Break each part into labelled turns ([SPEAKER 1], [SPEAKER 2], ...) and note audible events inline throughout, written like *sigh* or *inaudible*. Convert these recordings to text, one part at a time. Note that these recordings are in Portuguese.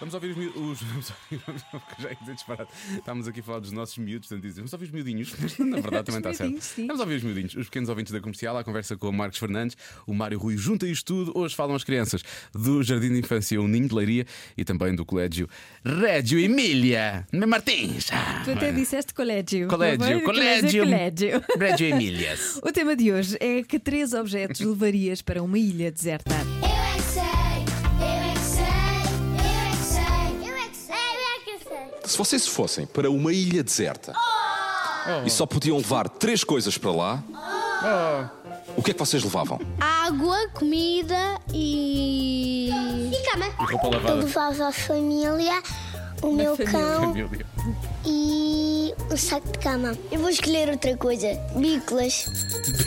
[SPEAKER 1] Vamos ouvir os *laughs* miúdos. Vamos ouvir, já ia dizer disparado. Estávamos aqui a falar dos nossos miúdos, portanto dizem, vamos ouvir os miudinhos. *laughs* Na verdade
[SPEAKER 2] *laughs*
[SPEAKER 1] também está certo.
[SPEAKER 2] miudinhos, sim.
[SPEAKER 1] Vamos ouvir os miudinhos, os pequenos ouvintes da comercial, a conversa com o Marcos Fernandes, o Mário Rui, junta isto tudo. Hoje falam as crianças do Jardim de Infância Uninho de Leiria e também do Colégio Régio Emília Martins.
[SPEAKER 2] Tu até disseste colégio.
[SPEAKER 1] Colégio,
[SPEAKER 2] Não foi? Quer dizer
[SPEAKER 1] colégio.
[SPEAKER 2] colégio.
[SPEAKER 1] *laughs* Régio Emílias.
[SPEAKER 2] *laughs* O tema de hoje é que três objetos levarias para uma ilha deserta.
[SPEAKER 3] Eu é que sei, eu é que sei, eu é que sei, eu é que sei, eu é que sei, eu é que sei.
[SPEAKER 4] Se vocês fossem para uma ilha deserta e só podiam levar três coisas para lá, o que é que vocês levavam?
[SPEAKER 3] Água, comida e. E cama.
[SPEAKER 1] roupa lavada.
[SPEAKER 3] Eu levava né? a família, o meu cão
[SPEAKER 1] Emília.
[SPEAKER 3] e um saco de cama. Eu vou escolher outra coisa: bícolas.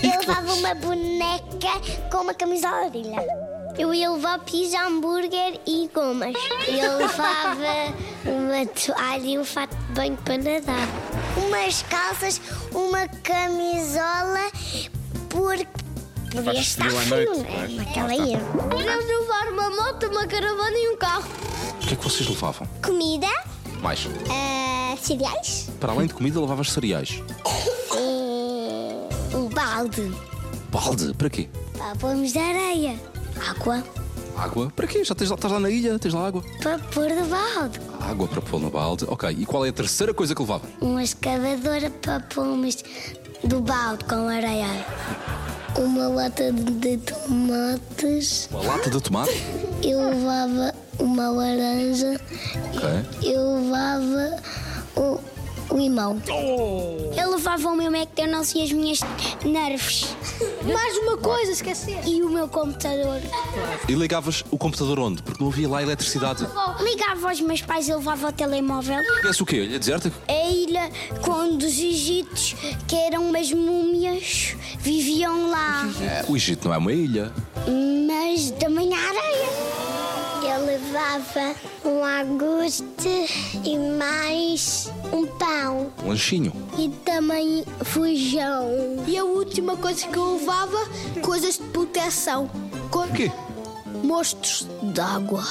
[SPEAKER 3] Eu levava uma boneca com uma camisola brilha. Eu ia levar pizza, hambúrguer e gomas. Eu levava uma toalha e um fato de banho para nadar. Umas calças, uma camisola, porque. Podia
[SPEAKER 1] Faz
[SPEAKER 3] estar
[SPEAKER 1] frio à
[SPEAKER 3] frio,
[SPEAKER 1] noite,
[SPEAKER 3] não é?
[SPEAKER 1] pois.
[SPEAKER 3] Naquela época. Vamos levar uma moto, uma caravana e um carro.
[SPEAKER 4] O que é que vocês levavam?
[SPEAKER 3] Comida, Ah,
[SPEAKER 4] Mais.
[SPEAKER 3] cereais.
[SPEAKER 4] Para além de comida, levavas cereais.
[SPEAKER 3] Um balde.
[SPEAKER 4] Balde? Para quê?
[SPEAKER 3] Para pôrmos de areia. Água.
[SPEAKER 4] Água? Para quê? Já tens lá, estás lá na ilha, tens lá água.
[SPEAKER 3] Para pôr no balde.
[SPEAKER 4] Água para pôr no balde. Ok, e qual é a terceira coisa que levavam?
[SPEAKER 3] Uma escavadora para pôrmos do balde com areia. Uma lata de tomates.
[SPEAKER 4] Uma lata de tomate?
[SPEAKER 3] Eu levava uma laranja.
[SPEAKER 4] Ok.
[SPEAKER 3] Eu levava o limão. Eu levava o meu McDonald's e as minhas nerves. Mais uma coisa, esquecer. E o meu computador.
[SPEAKER 4] E ligavas o computador onde? Porque não havia lá eletricidade.
[SPEAKER 3] Ligava aos meus pais e levava o telemóvel.
[SPEAKER 4] Conhece o quê? Ilha deserta?
[SPEAKER 3] a ilha quando os egitos, que eram umas múmias, viviam lá.
[SPEAKER 4] É, o Egito não é uma ilha.
[SPEAKER 3] Mas também há areia. Eu levava um aguste e mais um pão.
[SPEAKER 4] Um lanchinho.
[SPEAKER 3] E também feijão. E a última coisa que eu levava, coisas de proteção. Com
[SPEAKER 4] O quê?
[SPEAKER 3] Mostros d'água.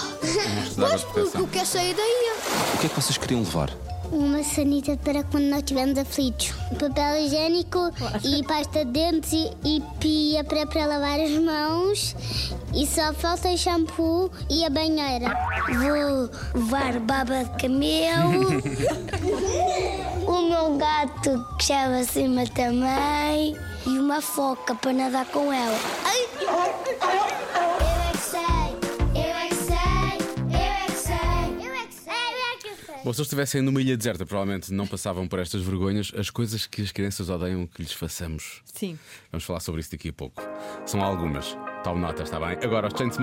[SPEAKER 1] de água de proteção.
[SPEAKER 3] quero sair da ilha.
[SPEAKER 4] O que é que vocês queriam levar?
[SPEAKER 3] Uma sanita para quando nós estivermos aflitos. Papel higiênico e pasta de dentes e, e pia para, para lavar as mãos. E só falta shampoo e a banheira. Vou levar baba de camelo. o meu gato que estava acima também. E uma foca para nadar com ela. é Eu é que sei, eu é que sei, eu é que sei, eu é que sei.
[SPEAKER 1] Bom, se eles estivessem numa ilha deserta, provavelmente não passavam por estas vergonhas, as coisas que as crianças odeiam que lhes façamos.
[SPEAKER 2] Sim.
[SPEAKER 1] Vamos falar sobre isso daqui a pouco. São algumas. Tal nota, está bem? Agora, os Chainsmokers